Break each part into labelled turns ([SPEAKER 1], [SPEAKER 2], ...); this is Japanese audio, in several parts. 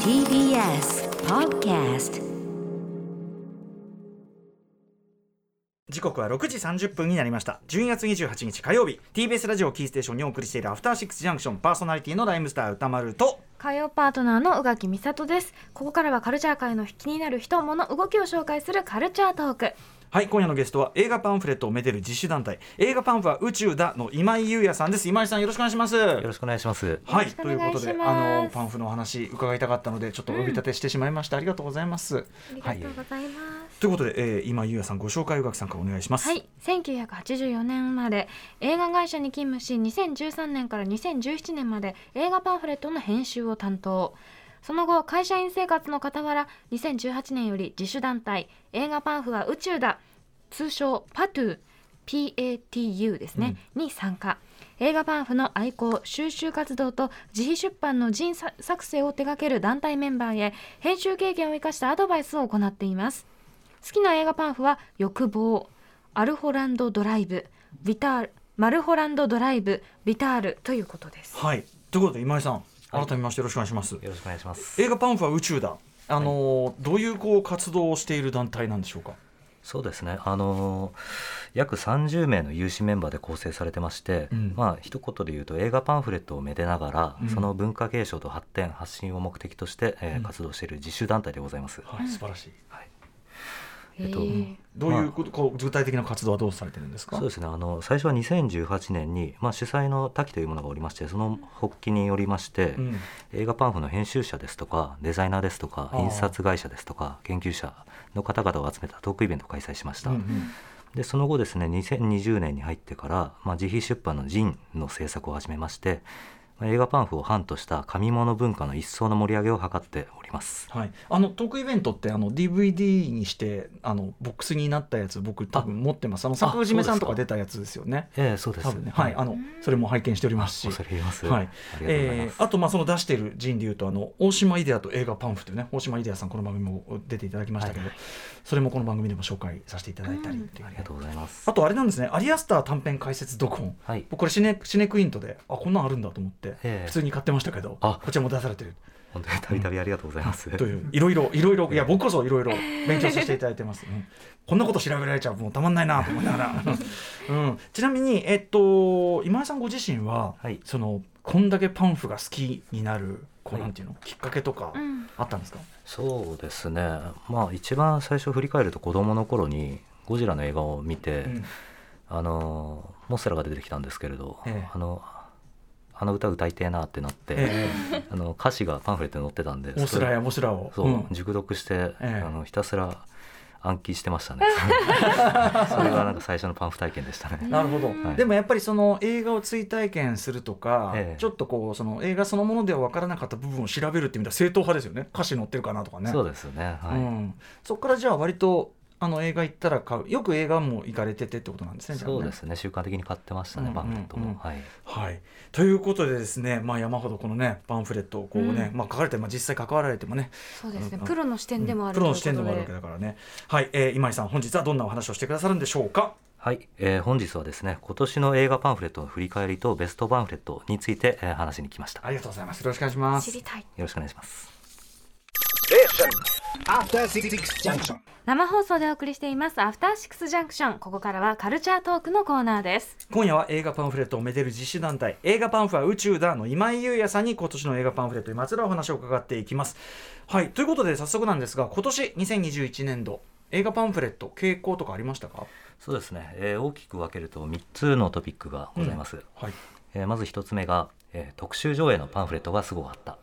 [SPEAKER 1] TBS Podcast
[SPEAKER 2] 時刻は6時30分になりました12月28日火曜日 TBS ラジオキーステーションにお送りしているアフターシックスジャンクションパーソナリティのライムスター歌丸と
[SPEAKER 3] 火曜パートナーの宇垣美里ですここからはカルチャー界の気になる人物動きを紹介するカルチャートーク
[SPEAKER 2] はい今夜のゲストは映画パンフレットをめでる実主団体映画パンフは宇宙だの今井優也さんです今井さんよろしくお願いします
[SPEAKER 4] よろしくお願いします。
[SPEAKER 2] はい
[SPEAKER 3] よろしく
[SPEAKER 2] と
[SPEAKER 3] お
[SPEAKER 2] い
[SPEAKER 3] 願
[SPEAKER 2] う
[SPEAKER 3] い
[SPEAKER 2] こ
[SPEAKER 3] します
[SPEAKER 2] とであのパンフのお話伺いたかったのでちょっとお呼び立てしてしまいました、ありがとうございます
[SPEAKER 3] あり
[SPEAKER 2] は
[SPEAKER 3] が
[SPEAKER 2] い
[SPEAKER 3] とうございます
[SPEAKER 2] ということで、えー、今井優也さんご紹介宇垣さんからお願いします
[SPEAKER 3] はい、1984年生まれ映画会社に勤務し2013年から2017年まで映画パンフレットの編集を担当その後会社員生活の傍ら2018年より自主団体映画パンフは宇宙だ通称パトゥ PATU ですね、に参加映画パンフの愛好収集活動と自費出版の人作成を手掛ける団体メンバーへ編集経験を生かしたアドバイスを行っています好きな映画パンフは「欲望」「アルホランドドライブ」「ビタール」「マルホランドドライブ」「ビタール」ということです。
[SPEAKER 2] はいということで今井さん
[SPEAKER 4] はい
[SPEAKER 2] 改めましてよろしくお願いします、
[SPEAKER 4] よろしくお願いします。
[SPEAKER 2] 映画パンフは宇宙だあのーどういうこう活動をしている団体なんでしょうか
[SPEAKER 4] そうですね。あの約30名の有志メンバーで構成されてまして、
[SPEAKER 2] うん
[SPEAKER 4] まあ一言で言うと映画パンフレットをめでながら、
[SPEAKER 2] うん
[SPEAKER 4] その文化継承と発展発信を目的として、えー
[SPEAKER 2] うん
[SPEAKER 4] 活動している自主団体でございます。
[SPEAKER 2] はい、素晴らしい。
[SPEAKER 4] はい
[SPEAKER 3] へ
[SPEAKER 4] えっと
[SPEAKER 3] ー
[SPEAKER 2] どういうこと、こう具体的な活動はどうされてるんですか。
[SPEAKER 4] そうですねあの最初は2018年に、まあ、主催の滝というものがおりましてその発起によりまして、
[SPEAKER 2] うん、
[SPEAKER 4] 映画パンフの編集者ですとかデザイナーですとか
[SPEAKER 2] あー
[SPEAKER 4] 印刷会社ですとか研究者の方々を集めたトークイベントを開催しました、
[SPEAKER 2] うんうん
[SPEAKER 4] でその後ですね2020年に入ってから、まあ、自費出版の「ジン」の制作を始めましてまあ映画パンフを範とした紙物文化の一層の盛り上げを図っております
[SPEAKER 2] はい、あのトークイベントってあの DVD にしてあのボックスになったやつ僕多分持ってますあの
[SPEAKER 4] あ
[SPEAKER 2] 作締めさんと
[SPEAKER 4] そ
[SPEAKER 2] か
[SPEAKER 4] うで
[SPEAKER 2] 出たやつですよね
[SPEAKER 4] ええそうです
[SPEAKER 2] 多分ねはいあのそれも拝見しておりますし
[SPEAKER 4] 恐れ入ります、
[SPEAKER 2] はい
[SPEAKER 4] ありがとうござい
[SPEAKER 2] え
[SPEAKER 4] ます、
[SPEAKER 2] ーあとまあその出している陣でいうとあの大島イデアと映画パンフというね大島イデアさんこの番組も出ていただきましたけど、
[SPEAKER 4] はい
[SPEAKER 2] それもこの番組でも紹介させていただいたりっていうね
[SPEAKER 4] ありがとうございます
[SPEAKER 2] あとあれなんですねアリアスター短編解説読本
[SPEAKER 4] はい
[SPEAKER 2] 僕これシネシネクイントであこんなんあるんだと思って、
[SPEAKER 4] ええ
[SPEAKER 2] 普通に買ってましたけど
[SPEAKER 4] あ
[SPEAKER 2] こちらも出されてる
[SPEAKER 4] 本当にたびたびありがとうございます、
[SPEAKER 2] といういろいろいろいろいや僕こそいろいろ 勉強させていただいてます、うんこんなこと調べられちゃもうたまんないなと思いなが ら、うん、ちなみに、えっと、今井さんご自身は、
[SPEAKER 4] はい
[SPEAKER 2] そのこんだけパンフが好きになるこうなんていうの、きっかけとか
[SPEAKER 3] うん
[SPEAKER 2] あったんですか、
[SPEAKER 4] そうですねまあ一番最初振り返ると子供の頃にゴジラの映画を見て、
[SPEAKER 2] うん
[SPEAKER 4] あのモステラが出てきたんですけれど、
[SPEAKER 2] ええ
[SPEAKER 4] あのあの歌歌いてえなってなって、
[SPEAKER 2] え
[SPEAKER 4] あの歌詞がパンフレットに載ってたんで
[SPEAKER 2] え、モスラやモスラを
[SPEAKER 4] それそう、
[SPEAKER 2] ん
[SPEAKER 4] 熟読して、
[SPEAKER 2] ええ
[SPEAKER 4] あのひたすら暗記してましたね それがなんか最初のパンフ体験でしたね
[SPEAKER 2] なるほど、
[SPEAKER 4] はい
[SPEAKER 2] でもやっぱりその映画を追体験するとか、
[SPEAKER 4] ええ
[SPEAKER 2] ちょっとこうその映画そのものでは分からなかった部分を調べるっていう意味では正統派ですよね歌詞載ってるかなとかね
[SPEAKER 4] そうですねはい、
[SPEAKER 2] うん、そこからじゃあ割とあの映画行ったら買うよく映画も行かれててってことなんですねじゃあね
[SPEAKER 4] そうですね習慣的に買ってましたね、
[SPEAKER 2] うん
[SPEAKER 4] パンフレットも、
[SPEAKER 2] うんうん
[SPEAKER 4] はい
[SPEAKER 2] はい、ということでですね、まあ、山ほどこのねパンフレットをこうね、
[SPEAKER 3] うん
[SPEAKER 2] まあ、書かれて、まあ、実際関わられてもね
[SPEAKER 3] そうですね
[SPEAKER 2] うん
[SPEAKER 3] プロの視点でもある
[SPEAKER 2] プロ
[SPEAKER 3] という
[SPEAKER 2] の視点で
[SPEAKER 3] こと
[SPEAKER 2] もあるわけだからね、はいえー今井さん本日はどんなお話をしてくださるんでしょうか
[SPEAKER 4] はい、えー本日はですね今年の映画パンフレットの振り返りとベストパンフレットについて、えー話しに来ました
[SPEAKER 2] あ
[SPEAKER 4] よ
[SPEAKER 2] りがとうございますよろしくお願いしま
[SPEAKER 3] です知りたい
[SPEAKER 4] ろしくお願いします
[SPEAKER 5] After Six Junction.
[SPEAKER 3] 生放送でお送りしていますアフターシックスジャンクションここからはカルチャートークのコーナーです
[SPEAKER 2] 今夜は映画パンフレットをめでる実施団体映画パンフは宇宙だの今井優也さんに今年の映画パンフレットにまつわるお話を伺っていきます。はいということで早速なんですが今年2021年度映画パンフレット傾向とかありましたか
[SPEAKER 4] そうですね、えー大きく分けると3つのトピックがございます、
[SPEAKER 2] はい
[SPEAKER 4] えーまず1つ目が、えー特集上映のパンフレットがすごかった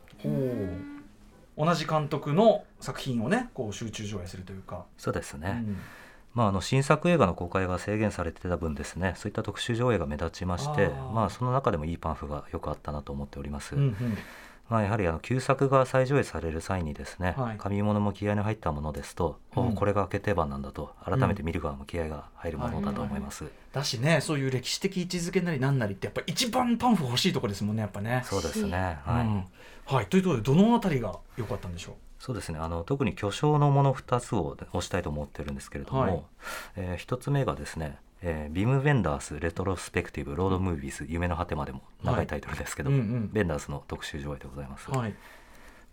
[SPEAKER 2] 同じ監督の作品をねこう集中上映するというか、
[SPEAKER 4] そうですね、
[SPEAKER 2] うん
[SPEAKER 4] まあ、あの新作映画の公開が制限されてた分ですねそういった特集上映が目立ちまして
[SPEAKER 2] あー
[SPEAKER 4] まあ、その中でもいいパンフがよくあったなと思っております、
[SPEAKER 2] うんうん
[SPEAKER 4] まあ、やはりあの旧作が再上映される際にですね、
[SPEAKER 2] はい
[SPEAKER 4] 紙物も気合の入ったものですと、
[SPEAKER 2] うん
[SPEAKER 4] おうこれが決定版なんだと改めて見る側も気合が入るものだと思います、
[SPEAKER 2] だしねそういう歴史的位置づけなりなんなりってやっぱ一番パンフ欲しいところですもんねやっぱね。
[SPEAKER 4] そうですね、はい
[SPEAKER 2] うんはい、ということでどのあたりが良かったんでしょ
[SPEAKER 4] そうですねあの特に巨匠のもの2つを押したいと思ってるんですけれども、
[SPEAKER 2] はい
[SPEAKER 4] え1つ目がですね、えービム・ベンダース・レトロスペクティブ・ロード・ムービーズ夢の果てまでも長いタイトルですけ
[SPEAKER 2] う、
[SPEAKER 4] ど、
[SPEAKER 2] うん
[SPEAKER 4] ベンダースの特集上映でございます、
[SPEAKER 2] うんはい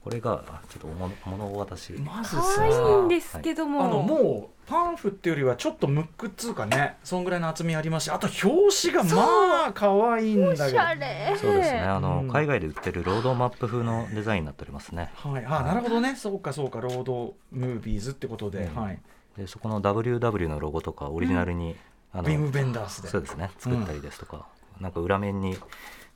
[SPEAKER 4] これがちょっとおも物を私
[SPEAKER 2] まず
[SPEAKER 3] 可
[SPEAKER 2] さ
[SPEAKER 3] 愛いんですけど
[SPEAKER 2] あ
[SPEAKER 3] も、
[SPEAKER 2] のもうパンフっていうよりはちょっとムックっつうかねそんぐらいの厚みありますしあと表紙がまあ可愛いん
[SPEAKER 3] お
[SPEAKER 2] だけ
[SPEAKER 3] し
[SPEAKER 2] ど
[SPEAKER 3] ゃれ
[SPEAKER 4] そうですねあの、
[SPEAKER 2] うん
[SPEAKER 4] 海外で売ってるロードマップ風のデザインになっておりますね
[SPEAKER 2] はい、あなるほどねそうかそうかロードムービーズってことで、
[SPEAKER 4] うん
[SPEAKER 2] はい、
[SPEAKER 4] でそこの WW のロゴとかオリジナルに、あの
[SPEAKER 2] ビームベンダースで
[SPEAKER 4] そうですね作ったりですとか、なんか裏面に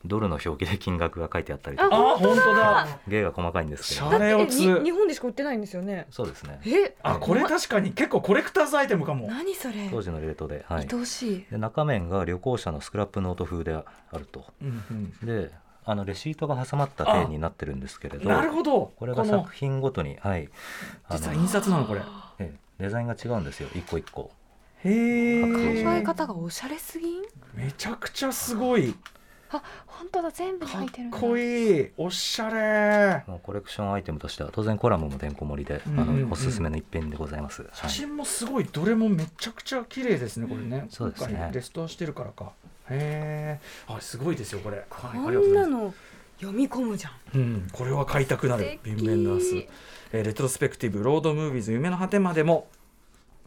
[SPEAKER 4] ドルの表記で金額が書いてあったりと
[SPEAKER 2] あ
[SPEAKER 4] か
[SPEAKER 2] あ本当だ
[SPEAKER 4] 芸が細かいんですけど、
[SPEAKER 2] シャレ
[SPEAKER 3] え
[SPEAKER 2] オ
[SPEAKER 3] に
[SPEAKER 2] ツ
[SPEAKER 3] 日本でしか売ってないんですよね
[SPEAKER 4] そうですね
[SPEAKER 3] え
[SPEAKER 2] あこれ確かに結構コレクターズアイテムかも
[SPEAKER 3] 何それ
[SPEAKER 4] 当時のレートで,、はい、
[SPEAKER 3] 愛おしい
[SPEAKER 4] で中面が旅行者のスクラップノート風であると
[SPEAKER 2] うん
[SPEAKER 4] であのレシートが挟まったペンになってるんですけれ
[SPEAKER 2] うん
[SPEAKER 4] ど
[SPEAKER 2] なるほど
[SPEAKER 4] これが
[SPEAKER 2] の
[SPEAKER 4] 作品ごとに、はい、あ
[SPEAKER 2] 実は
[SPEAKER 4] の
[SPEAKER 2] 印刷なのこれへ
[SPEAKER 4] ええデザインが違うんですよ一個一個
[SPEAKER 3] 考
[SPEAKER 4] ー
[SPEAKER 3] え
[SPEAKER 2] え
[SPEAKER 3] 方がおしゃれすぎん
[SPEAKER 2] めちゃくちゃすごい
[SPEAKER 3] あ本当だ全部に
[SPEAKER 2] か
[SPEAKER 3] 入
[SPEAKER 2] っ
[SPEAKER 3] ってるんだ
[SPEAKER 2] こいいおしゃれ
[SPEAKER 4] もうコレクションアイテムとしては当然コラムもてんこ盛りで、
[SPEAKER 2] うんうんうん
[SPEAKER 4] あのおすすめの一編でございます、はい
[SPEAKER 2] 写真もすごいどれもめちゃくちゃ綺麗ですねこれね
[SPEAKER 4] そうですね
[SPEAKER 2] 今回レストアしてるからかへえあすごいですよこれはい
[SPEAKER 3] こ
[SPEAKER 2] ありがとうんございま
[SPEAKER 3] な
[SPEAKER 2] す
[SPEAKER 3] の読み込むじゃん
[SPEAKER 2] うん、これは買いたくなる
[SPEAKER 3] 素
[SPEAKER 2] ビ
[SPEAKER 3] 敵
[SPEAKER 2] ンベンダース、えーレトロスペクティブロードムービーズ夢の果てまでも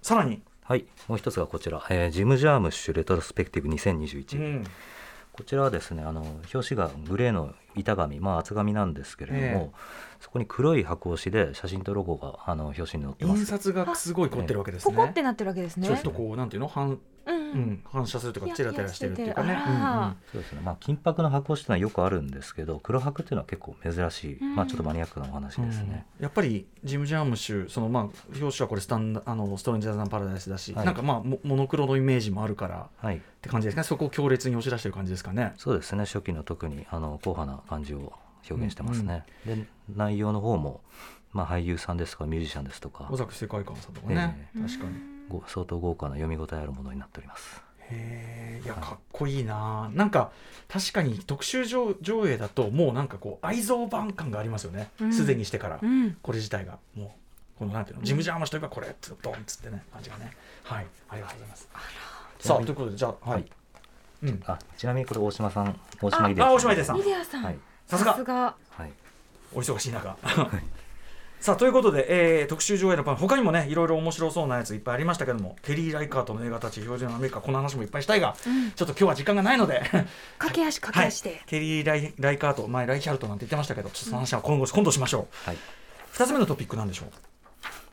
[SPEAKER 2] さらに、
[SPEAKER 4] はい、もう一つがこちら、えージム・ジャームッシュレトロスペクティブ2021、
[SPEAKER 2] うん
[SPEAKER 4] こちらはですねあの表紙がグレーの板紙、まあ、厚紙なんですけれども、そこに黒い箱押しで写真とロゴがあの表紙に載ってます
[SPEAKER 2] 印刷がすごい凝ってるわけです
[SPEAKER 3] ポ
[SPEAKER 2] ね
[SPEAKER 3] コってなってるわけですね
[SPEAKER 2] ちょっとこうなんていうの反,、
[SPEAKER 3] うんう
[SPEAKER 2] うんん、反射するというかチラチラしてるっていうかね
[SPEAKER 3] いやいやしててあら
[SPEAKER 4] そうですねまあ、金箔の箱押しっていうのはよくあるんですけど黒箔っていうのは結構珍しい、
[SPEAKER 3] うん
[SPEAKER 4] まあ、ちょっとマニアックなお話
[SPEAKER 2] うんうん
[SPEAKER 4] ですね、
[SPEAKER 2] うんやっぱりジム・ジャームッシュそのまあ表紙はこれスタンダあのストレンジャーズ・ン・パラダイスだし、
[SPEAKER 4] はい
[SPEAKER 2] なんかまあモモノクロのイメージもあるから
[SPEAKER 4] はい
[SPEAKER 2] って感じですかねそこを強烈に押し出してる感じですかね
[SPEAKER 4] そうですね初期の特にあの硬派な感じを表現してますね、で内容の方も、まあ、俳優さんですとかミュージシャンですとか
[SPEAKER 2] 尾崎世界観さんとかね、
[SPEAKER 3] ええ
[SPEAKER 2] 確かに
[SPEAKER 4] ご相当豪華な読み応えあるものになっております
[SPEAKER 2] へえいや
[SPEAKER 4] はい
[SPEAKER 2] かっこいいななんか確かに特集上上映だともうなんかこう愛憎版感がありますよね
[SPEAKER 3] うん
[SPEAKER 2] すで、にしてから、
[SPEAKER 3] うん
[SPEAKER 2] これ自体がもうこのなんていうのジム・ジャーマシといえばこれっつドンっつってね感じがねはいありがとうございますさあということでじゃあはい、うん、
[SPEAKER 4] あちなみにこれ大島さん大島秀
[SPEAKER 2] ああ大島秀夫さん
[SPEAKER 3] リデアさん、
[SPEAKER 4] はい
[SPEAKER 2] さす
[SPEAKER 3] さ
[SPEAKER 2] が
[SPEAKER 3] すが
[SPEAKER 4] はい
[SPEAKER 2] お忙しい中。 さあということで、えー特集上映のパン他にもねいろいろ面白そうなやついっぱいありましたけどもケリー・ライカーとの映画たち標準のアメリカこの話もいっぱいしたいが、
[SPEAKER 3] うん
[SPEAKER 2] ちょっと今日は時間がないので
[SPEAKER 3] 駆け足駆け足で、
[SPEAKER 2] はい、ケリーライ・ライカート前ライヒャルトなんて言ってましたけどちょっとその話は今後、今度しましょう、
[SPEAKER 4] はい
[SPEAKER 2] 2つ目のトピックなんでしょう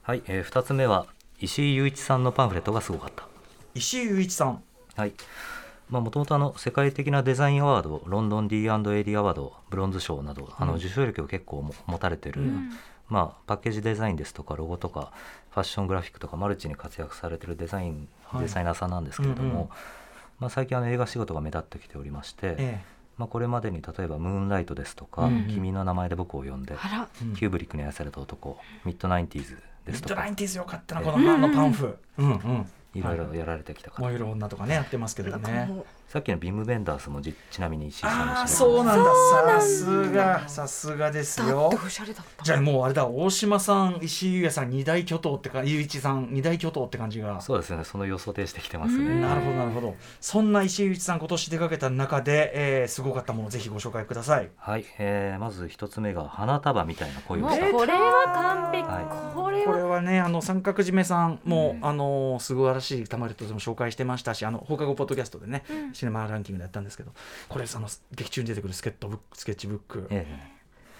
[SPEAKER 4] はい、えー、2つ目は石井雄一さんのパンフレットがすごかった
[SPEAKER 2] 石井雄一さん
[SPEAKER 4] はいもともと世界的なデザインアワードロンドン D&AD アワードブロンズ賞などあ
[SPEAKER 2] う
[SPEAKER 4] の
[SPEAKER 2] ん
[SPEAKER 4] 受賞歴を結構も持たれてる、
[SPEAKER 2] うん
[SPEAKER 4] まあ、パッケージデザインですとかロゴとかファッショングラフィックとかマルチに活躍されてるデザイン、
[SPEAKER 2] はい
[SPEAKER 4] デザイナーさんなんですけれども、
[SPEAKER 2] うんうん
[SPEAKER 4] まあ、最近あの映画仕事が目立ってきておりまして、
[SPEAKER 2] え
[SPEAKER 4] まあ、これまでに例えば「ムーンライト」ですとか「
[SPEAKER 2] うんうん
[SPEAKER 4] 君の名前で僕を呼んで」
[SPEAKER 3] あら
[SPEAKER 2] えうん
[SPEAKER 4] キューブリックに愛された男」「ミッドナインティーズ」で
[SPEAKER 2] ミ
[SPEAKER 4] す
[SPEAKER 2] ッ
[SPEAKER 4] と
[SPEAKER 2] ド
[SPEAKER 4] か
[SPEAKER 2] ナインティーズよかったな
[SPEAKER 4] え
[SPEAKER 2] こ
[SPEAKER 4] え
[SPEAKER 2] のあのパンフうんうん
[SPEAKER 4] いろいろやられてきた方、
[SPEAKER 2] 燃える女とかねやってますけど
[SPEAKER 3] なんか
[SPEAKER 2] ね
[SPEAKER 3] もう
[SPEAKER 4] さっきのビームベンダースもじちなみに石井さんの
[SPEAKER 2] ああ
[SPEAKER 4] 仕事
[SPEAKER 2] そう
[SPEAKER 4] です
[SPEAKER 2] なんださ
[SPEAKER 3] そうな
[SPEAKER 2] す
[SPEAKER 3] んだ
[SPEAKER 2] がさすがです
[SPEAKER 3] だっ
[SPEAKER 2] よ
[SPEAKER 3] ておしゃれだった
[SPEAKER 2] じゃあもうあれだ大島さん石井優也さん二大巨頭ってか雄一さん二大巨頭って感じが
[SPEAKER 4] そうですねその予想定してきてます
[SPEAKER 3] うん
[SPEAKER 4] ね
[SPEAKER 2] なるほどなるほどそんな石井内さん今年出かけた中で、えーすごかったものぜひご紹介ください
[SPEAKER 4] はい、えーまず一つ目が花束みたいな恋を
[SPEAKER 3] も
[SPEAKER 4] し
[SPEAKER 3] う
[SPEAKER 4] た
[SPEAKER 3] これは完璧、
[SPEAKER 4] は
[SPEAKER 3] これ
[SPEAKER 2] これ
[SPEAKER 3] は
[SPEAKER 2] はねあの三角締めさんも、
[SPEAKER 4] うん
[SPEAKER 2] あの素晴らしいたまるとでも紹介してましたしあの放課後ポッドキャストでね、
[SPEAKER 3] うん
[SPEAKER 2] シネマランキングでやったんですけどこれあの劇中に出てくるスケットブックスケッチブック、
[SPEAKER 4] え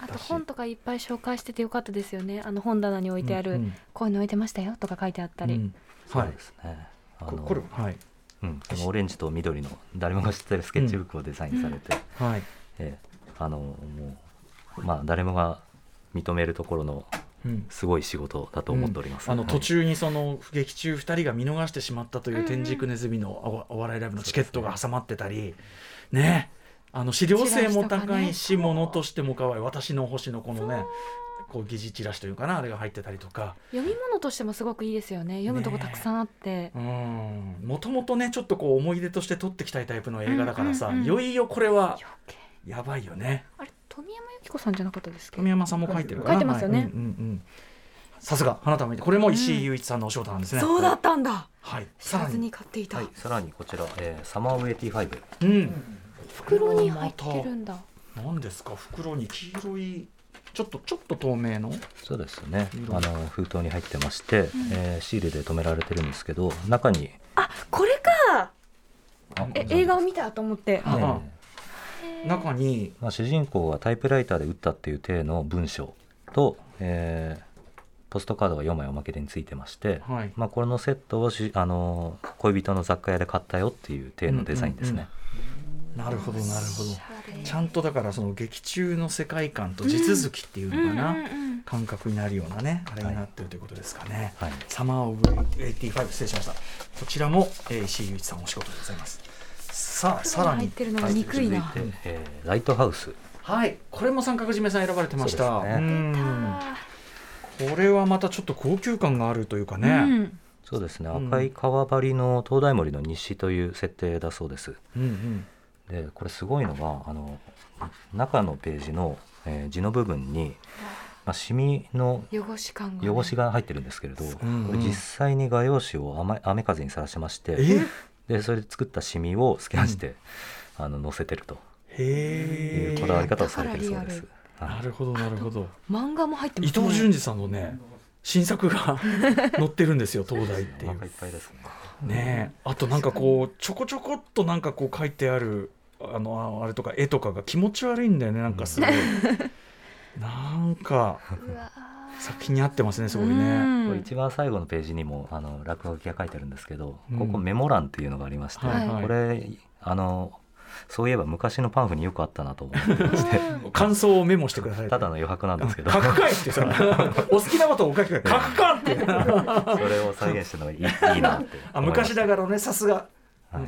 [SPEAKER 3] あと本とかいっぱい紹介しててよかったですよねあの本棚に置いてある、
[SPEAKER 2] うんうん
[SPEAKER 3] こういうの置いてましたよとか書いてあった
[SPEAKER 2] う
[SPEAKER 3] り、
[SPEAKER 2] ん
[SPEAKER 4] え
[SPEAKER 2] は
[SPEAKER 4] そう
[SPEAKER 2] い
[SPEAKER 4] ですね、あ
[SPEAKER 2] こ
[SPEAKER 4] の
[SPEAKER 2] これはい
[SPEAKER 4] うん、このオレンジと緑の誰もが知ってるスケッチブックをデザインされて、
[SPEAKER 2] はい
[SPEAKER 4] ええあのもうまあ誰もが認めるところの
[SPEAKER 2] うん
[SPEAKER 4] すごい仕事だと思っております、
[SPEAKER 2] あの
[SPEAKER 4] はい
[SPEAKER 2] 途中にその劇中2人が見逃してしまったという天竺ネズミのおお笑いライブのチケットが挟まってたりねあの資料性も高いし物としても可愛い私の星のこのねこう疑似チラシというかなあれが入ってたりとか
[SPEAKER 3] 読み物としてもすごくいいですよね読むとこたくさんあって、
[SPEAKER 2] もともとねちょっとこう思い出として撮ってきたいタイプの映画だからさ、
[SPEAKER 3] うんうんうん
[SPEAKER 2] いよいよこれは
[SPEAKER 3] 余計
[SPEAKER 2] やばいよね
[SPEAKER 3] あれ富山由紀子さんじゃなかったですけ
[SPEAKER 2] 富
[SPEAKER 3] ど
[SPEAKER 2] 山さんも書いてるから
[SPEAKER 3] 書いてますよね
[SPEAKER 2] うんうんうんさすが花束見てこれも石井雄一さんのお仕事なんですね、
[SPEAKER 3] そうだったんだ
[SPEAKER 2] はい
[SPEAKER 3] 知
[SPEAKER 2] さ
[SPEAKER 3] ら
[SPEAKER 2] ら
[SPEAKER 3] ず
[SPEAKER 2] に
[SPEAKER 3] に買っていた、
[SPEAKER 4] はい、さらにこちら、えーサマーウェイティファイブ
[SPEAKER 2] うん
[SPEAKER 3] 袋に入ってるんだ
[SPEAKER 2] 何ですか袋に黄色いちょっとちょっと透明の
[SPEAKER 4] そうですね
[SPEAKER 2] 色
[SPEAKER 4] あの封筒に入ってまして、えーシールで留められてるんですけど中に
[SPEAKER 3] あこれか
[SPEAKER 4] あ
[SPEAKER 3] え映画を見たと思って
[SPEAKER 2] あ
[SPEAKER 4] ね
[SPEAKER 2] 中に
[SPEAKER 4] まあ、主人公がタイプライターで打ったっていう体の文章と、えーポストカードが4枚おまけについてまして、
[SPEAKER 2] はい
[SPEAKER 4] まあ、これのセットをしあのー恋人の雑貨屋で買ったよっていう体のデザインですね、
[SPEAKER 2] なるほどなるほど
[SPEAKER 3] おしゃれ
[SPEAKER 2] ちゃんとだからその劇中の世界観と地続きっていうのかな、
[SPEAKER 3] うんうんうん
[SPEAKER 2] 感覚になるようなねあれになってるということですかね、
[SPEAKER 4] はい
[SPEAKER 2] サマー・オブ・85失礼しましたこちらも、えー、石井雄一さんお仕事でございますさあさらに
[SPEAKER 3] 入ってるのが憎いな
[SPEAKER 4] でえーライトハウス
[SPEAKER 2] はいこれも三角締めさん選ばれてました
[SPEAKER 4] そうですね
[SPEAKER 2] うんこれはまたちょっと高級感があるというかね、
[SPEAKER 3] うん
[SPEAKER 4] そうですね
[SPEAKER 2] うん
[SPEAKER 4] 赤い川張りの灯台森の西という設定だそうです
[SPEAKER 2] うんうん
[SPEAKER 4] でこれすごいのがあの中のページの、えー字の部分に、まあ、シミの
[SPEAKER 3] 汚し感がね
[SPEAKER 4] 汚しが入ってるんですけれど、
[SPEAKER 2] うんうん
[SPEAKER 4] これ実際に画用紙を雨雨風にさらしまして
[SPEAKER 2] え
[SPEAKER 4] でそれで作ったシミをスキャンして、あの載せてるとい
[SPEAKER 2] へ
[SPEAKER 4] う
[SPEAKER 2] え
[SPEAKER 4] こだわり方をされてるそうで
[SPEAKER 3] だ
[SPEAKER 4] す
[SPEAKER 3] か。
[SPEAKER 4] は
[SPEAKER 2] ないるほどなるほど
[SPEAKER 3] 漫画も入ってま
[SPEAKER 2] 伊
[SPEAKER 3] すね
[SPEAKER 2] 藤潤二さんのね新作が載ってるんですよ東大ってい
[SPEAKER 4] お
[SPEAKER 2] う
[SPEAKER 4] 腹いっぱいですね。
[SPEAKER 2] ねえあとなんかこうちょこちょこっとなんかこう書いてあるあのああれとか絵とかが気持ち悪いんだよねなんかすごい、なんか
[SPEAKER 3] うわ
[SPEAKER 2] 作品に合ってますねすごいうね、
[SPEAKER 4] これ
[SPEAKER 3] ん
[SPEAKER 4] 一番最後のページにもあの落書きが書いてあるんですけど、
[SPEAKER 2] うん
[SPEAKER 4] ここメモ欄っていうのがありまして、
[SPEAKER 2] はい
[SPEAKER 3] はい
[SPEAKER 4] これあのそういえば昔のパンフによくあったなと思ってまして、
[SPEAKER 2] 感想をメモしてください
[SPEAKER 4] ただの余白なんですけど、
[SPEAKER 2] 書くかいってさお好きなことをお書きください書くかって
[SPEAKER 4] それを再現したのがいいいいなって
[SPEAKER 2] あ
[SPEAKER 4] 思いまし
[SPEAKER 2] 昔
[SPEAKER 4] た。
[SPEAKER 2] だからねさすが
[SPEAKER 4] はい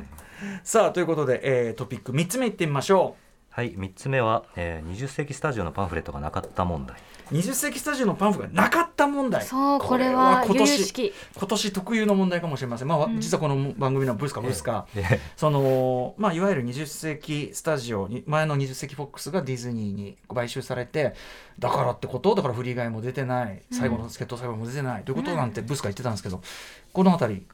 [SPEAKER 2] さあということで、えートピック3つ目いってみましょう
[SPEAKER 4] はい、3つ目は、えー、20世紀スタジオのパンフレットがなかった問題
[SPEAKER 2] 20世紀スタジオのパンフがなかった問題
[SPEAKER 3] そうこれは
[SPEAKER 2] これは今
[SPEAKER 3] 由々
[SPEAKER 2] 年
[SPEAKER 3] しき
[SPEAKER 2] 今年特有の問題かもしれません、まあ、
[SPEAKER 3] ん
[SPEAKER 2] 実はこの番組のブスカブスカ、
[SPEAKER 4] で
[SPEAKER 2] そのまあ、いわゆる20世紀スタジオに前の20世紀フォックスがディズニーに買収されてだからってことだからフリー以外も出てない最後の助っ人裁判も出てない、ということなんてブスカ言ってたんですけどこの辺り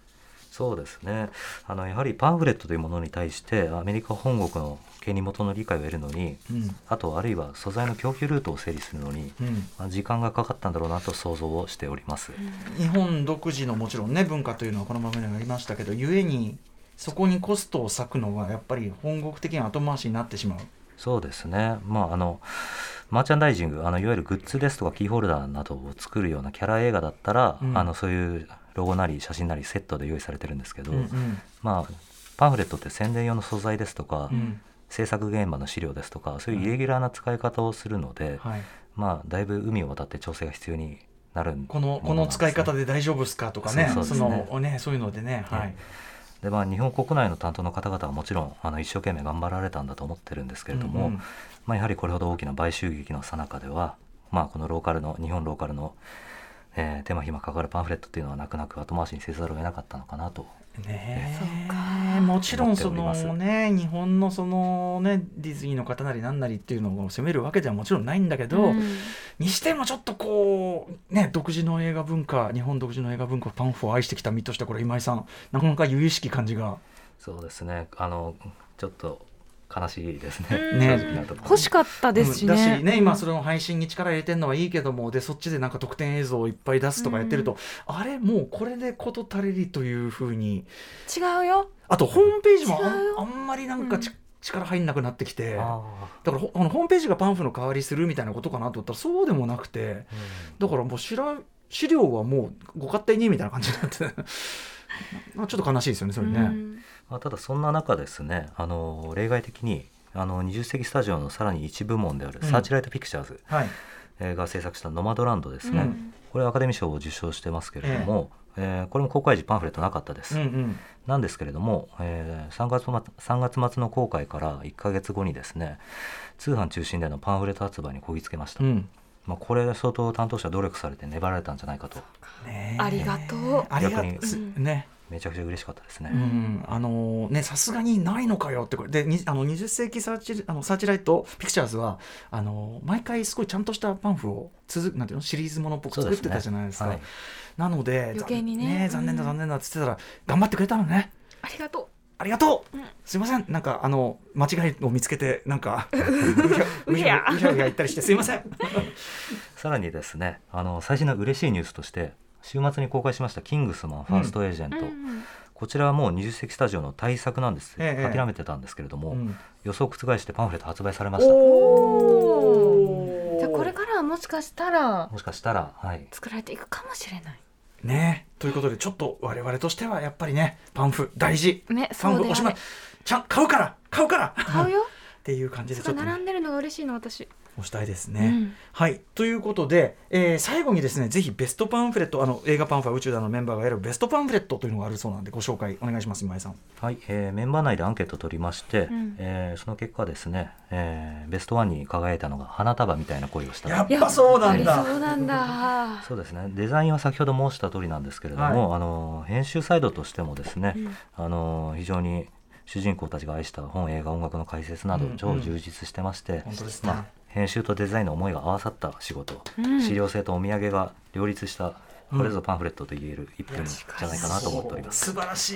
[SPEAKER 4] そうですねあのやはりパンフレットというものに対してアメリカ本国の権利元の理解を得るのに
[SPEAKER 2] うん
[SPEAKER 4] あとあるいは素材の供給ルートを整理するのに、
[SPEAKER 2] うん
[SPEAKER 4] まあ、時間がかかったんだろうなと想像をしております、
[SPEAKER 2] 日本独自のもちろんね文化というのはこの番組でもありましたけどゆえにそこにコストを割くのはやっぱり本国的に後回しになってしまう。
[SPEAKER 4] そうですねまああのマーチャンダイジングあのいわゆるグッズですとかキーホルダーなどを作るようなキャラ映画だったら、
[SPEAKER 2] うん
[SPEAKER 4] あのそういうロゴなり写真なりセットで用意されてるんですけど、
[SPEAKER 2] うんうん
[SPEAKER 4] まあパンフレットって宣伝用の素材ですとか、
[SPEAKER 2] うん
[SPEAKER 4] 制作現場の資料ですとかそういうイレギュラーな使い方をするので、
[SPEAKER 2] はい、
[SPEAKER 4] まあだいぶ海を渡って調整が必要になる
[SPEAKER 2] このこの使い方
[SPEAKER 4] で
[SPEAKER 2] で大丈夫ですかとかね
[SPEAKER 4] そう
[SPEAKER 2] そ
[SPEAKER 4] そうですね
[SPEAKER 2] のねそういうのでね、はい
[SPEAKER 4] で、まあ、日本国内の担当の方々はもちろんあの一生懸命頑張られたんだと思ってるんですけれども、
[SPEAKER 2] うんうん
[SPEAKER 4] まあ、やはりこれほど大きな買収劇の最中では、まあ、このローカルの日本ローカルの、えー手間暇かかるパンフレットっていうのはなくなく後回しにせざるを得なかったのかなと
[SPEAKER 2] ね
[SPEAKER 3] そう
[SPEAKER 2] えもちろんそ
[SPEAKER 4] 思ってお
[SPEAKER 2] の
[SPEAKER 4] り
[SPEAKER 2] ね日本のそのねディズニーの方なりなんなりっていうのを責めるわけではもちろんないんだけど、
[SPEAKER 3] うん
[SPEAKER 2] にしてもちょっとこうね独自の映画文化日本独自の映画文化パンフを愛してきた身としてこれ今井さんなかなか由々しき感じが
[SPEAKER 4] そうですねあのちょっと悲しいですね
[SPEAKER 3] うん
[SPEAKER 2] ね
[SPEAKER 4] 正直なところ
[SPEAKER 3] 欲しかったですしね,、
[SPEAKER 2] うんだしね今それの配信に力入れてるのはいいけどもでそっちでなんか特典映像をいっぱい出すとかやってると、あれもうこれで事足りりというふうに
[SPEAKER 3] 違うよ
[SPEAKER 2] あとホームページもあん
[SPEAKER 3] 違うよ
[SPEAKER 2] あんまりなんかち、
[SPEAKER 3] うん
[SPEAKER 2] 力入んなくなってきて。
[SPEAKER 4] あ
[SPEAKER 2] だからほあのホームページがパンフの代わりするみたいなことかなと思ったらそうでもなくて
[SPEAKER 4] ーうん
[SPEAKER 2] だからもう知ら資料はもうご勝手にみたいな感じになって なちょっと悲しいですよねそれね。
[SPEAKER 3] うん
[SPEAKER 4] まあ、ただそんな中ですねあの例外的にあの20世紀スタジオのさらに一部門である
[SPEAKER 2] うん
[SPEAKER 4] サーチライト・ピクチャーズ
[SPEAKER 2] はい、
[SPEAKER 4] えーが制作した「ノマドランド」です
[SPEAKER 3] う
[SPEAKER 4] ね、
[SPEAKER 3] ん
[SPEAKER 4] これアカデミー賞を受賞してますけれども、えーこれも公開時パンフレットなかったで
[SPEAKER 2] う
[SPEAKER 4] す、
[SPEAKER 2] んうん
[SPEAKER 4] なんですけれども、えー3, 月末3月末の公開から1か月後にですね通販中心でのパンフレット発売にこぎつけました、
[SPEAKER 2] うん
[SPEAKER 4] まあ、これ相当担当者努力されて粘られたんじゃないかと
[SPEAKER 2] ねえ
[SPEAKER 3] ありがとう
[SPEAKER 2] ありがと
[SPEAKER 4] 逆
[SPEAKER 2] う
[SPEAKER 4] に
[SPEAKER 2] す
[SPEAKER 3] うん
[SPEAKER 2] ね
[SPEAKER 4] めちゃくちゃ嬉しかったですね、
[SPEAKER 2] うん、あのねさすがにないのかよってこれでにあの20世紀サーチあのサーチライトピクチャーズはあの毎回すごいちゃんとしたパンフを続なんていうのシリーズものっぽく
[SPEAKER 4] そう
[SPEAKER 2] 作
[SPEAKER 4] で
[SPEAKER 2] っ
[SPEAKER 4] す
[SPEAKER 2] て
[SPEAKER 4] ね
[SPEAKER 2] たじゃないですか
[SPEAKER 4] はい
[SPEAKER 2] なので
[SPEAKER 3] 余計にね
[SPEAKER 2] 残残念だ
[SPEAKER 3] うん
[SPEAKER 2] 残念だって言ってたら頑張ってくれたのね
[SPEAKER 3] ありがとう
[SPEAKER 2] あありがとう、すいませんなんかあの間違いを見つけてなん かうひゃうひゃうひゃ言ったりしてすいませ ん
[SPEAKER 4] さらにですねあの最新の嬉しいニュースとして週末に公開しました「キングスマンファーストエージェント」
[SPEAKER 3] うん
[SPEAKER 4] こちらはもう20世紀スタジオの大作なんです、
[SPEAKER 2] ええ
[SPEAKER 4] 諦めてたんですけれども、
[SPEAKER 2] うん
[SPEAKER 4] 予想を覆してパンフレット発売されましたも
[SPEAKER 2] お
[SPEAKER 3] うんじゃあこれからはもしかしたら
[SPEAKER 4] しかしたら、はい、
[SPEAKER 3] 作られていくかもしれない。
[SPEAKER 2] ねということでちょっと我々としてはやっぱりねパンフ大事
[SPEAKER 3] ね、
[SPEAKER 2] パン
[SPEAKER 3] そ
[SPEAKER 2] フ
[SPEAKER 3] うで
[SPEAKER 2] おし
[SPEAKER 3] あ
[SPEAKER 2] ま
[SPEAKER 3] れ
[SPEAKER 2] い。ちゃん買うから買うからっ
[SPEAKER 3] 買うよ。
[SPEAKER 2] ていう感じで
[SPEAKER 3] そ
[SPEAKER 2] ちょ
[SPEAKER 3] れ
[SPEAKER 2] っと、ね、
[SPEAKER 3] 並んでるのが嬉しいの私。
[SPEAKER 2] 押したいです
[SPEAKER 3] う
[SPEAKER 2] ね。
[SPEAKER 3] ん
[SPEAKER 2] はいということで、えー最後にですねぜひベストパンフレットあの映画パンファー宇宙団のメンバーがやるベストパンフレットというのがあるそうなんでご紹介お願いします今井さん。
[SPEAKER 4] はいえーメンバー内でアンケートを取りまして、
[SPEAKER 3] うん
[SPEAKER 4] えーその結果ですね、えーベストワンに輝いたのが花束みたいな恋をした
[SPEAKER 2] やっぱそうなん
[SPEAKER 3] あり
[SPEAKER 2] だ。
[SPEAKER 3] そうなんだ。
[SPEAKER 4] そうですねデザインは先ほど申した通りなんですけれども、あの編集サイドとしてもですね、
[SPEAKER 3] うん
[SPEAKER 4] あの非常に主人公たちが愛した本映画音楽の解説など
[SPEAKER 2] うんう
[SPEAKER 4] 超
[SPEAKER 2] ん
[SPEAKER 4] 充実してまして、
[SPEAKER 2] 本当ですね
[SPEAKER 4] まあ、編集とデザインの思いが合わさった仕事、
[SPEAKER 3] うん
[SPEAKER 4] 資料性とお土産が両立した
[SPEAKER 2] うん
[SPEAKER 4] これぞパンフレットと言える一品じゃないかなと思っております、
[SPEAKER 2] 素晴らしい。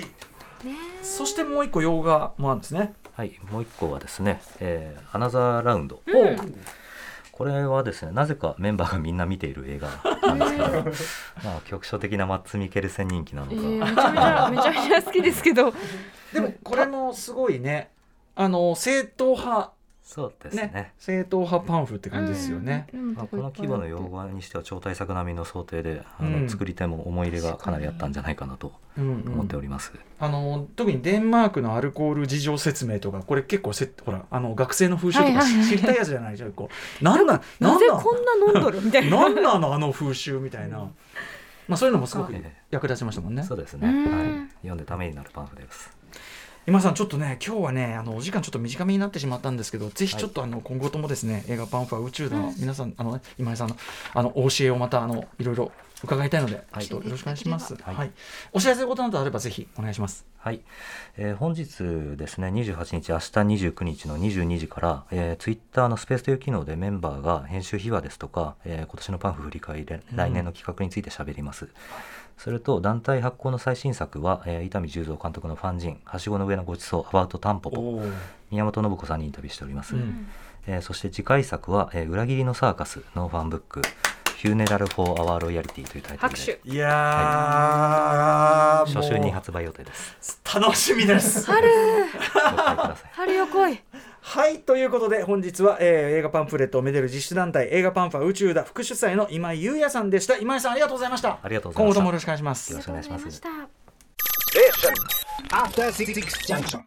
[SPEAKER 3] ね
[SPEAKER 2] そしてもう一個洋画もあるんですね。
[SPEAKER 4] はいもう一個はですね、えーアナザーラウンド」
[SPEAKER 2] おう
[SPEAKER 4] これはですねなぜかメンバーがみんな見ている映画なんですけど、まあ、局所的なマッツ・ミケルセン人気なの
[SPEAKER 3] え
[SPEAKER 4] か、
[SPEAKER 3] ーめちゃめちゃめちゃめちゃ好きですけど。
[SPEAKER 2] でもこれもすごいねあの正統派
[SPEAKER 4] そうです
[SPEAKER 2] ね
[SPEAKER 4] ね
[SPEAKER 2] 正統派パンフって感じですよね。
[SPEAKER 3] うん。
[SPEAKER 4] まあ、この規模の用語にしては超大作並みの想定であ
[SPEAKER 2] う
[SPEAKER 4] の
[SPEAKER 2] ん
[SPEAKER 4] 作り手も思い入れがかなりあったんじゃないかなと
[SPEAKER 2] うんうん
[SPEAKER 4] 思っております、
[SPEAKER 2] あの特にデンマークのアルコール事情説明とかこれ結構せほらあの学生の風習と
[SPEAKER 3] はい
[SPEAKER 2] か
[SPEAKER 3] はいはい
[SPEAKER 2] 知りたいやつじゃないじゃんこうなんなん
[SPEAKER 3] な
[SPEAKER 2] なん
[SPEAKER 3] ぜ
[SPEAKER 2] なん
[SPEAKER 3] こんな飲んどるみたい
[SPEAKER 2] な
[SPEAKER 3] な。
[SPEAKER 2] んなのあの風習みたいな、まあ、そういうのもすごく
[SPEAKER 4] ええ
[SPEAKER 2] 役立ちましたもんね
[SPEAKER 4] そうですね、
[SPEAKER 3] うん
[SPEAKER 4] はい、読んでためになるパンフです
[SPEAKER 2] 今さんちょっとね今日はねあのお時間ちょっと短めになってしまったんですけどぜひちょっとあの今後ともですね映画パンファ宇宙だ、
[SPEAKER 3] うん
[SPEAKER 2] 皆さんあのね今井さんのあのお教えをまたあのいろいろ伺いたいので、ちょっとよろしくお願いします、は
[SPEAKER 4] はいい
[SPEAKER 2] お知らせることなどあればぜひお願いします
[SPEAKER 4] はい、えー本日ですね28日明日29日の22時から、えー、ツイッターのスペースという機能でメンバーが編集秘話ですとか、えー今年のパンフ振り返りで来年の企画について喋ります、それと団体発行の最新作は、えー伊丹十三監督のファンジン「はしごの上のごちそうアバウトタンポポ」
[SPEAKER 2] おー
[SPEAKER 4] 宮本信子さんにインタビューしております、
[SPEAKER 2] うん
[SPEAKER 4] えーそして次回作は、えー裏切りのサーカス」のファンブック「フューネラル・フォー・アワー・ロイヤリティ」というタイトル
[SPEAKER 3] 拍
[SPEAKER 4] で
[SPEAKER 3] 手。
[SPEAKER 2] いやー、もう
[SPEAKER 4] 初週に発売予定です。
[SPEAKER 2] 楽しみです。
[SPEAKER 3] 春
[SPEAKER 4] ご期待ください。
[SPEAKER 3] 春よ来い。
[SPEAKER 2] はいということで本日は、えー映画パンフレットをめでる実施団体映画パンファ宇宙だ副主催の今井裕也さんでした今井さんありがとうございました
[SPEAKER 4] ありがとうござい
[SPEAKER 2] 今
[SPEAKER 4] ま
[SPEAKER 2] 後ともよろ
[SPEAKER 4] した
[SPEAKER 2] しくお願いします
[SPEAKER 4] よろしくお願いします
[SPEAKER 3] ありがとうございました。
[SPEAKER 5] After Six Junction.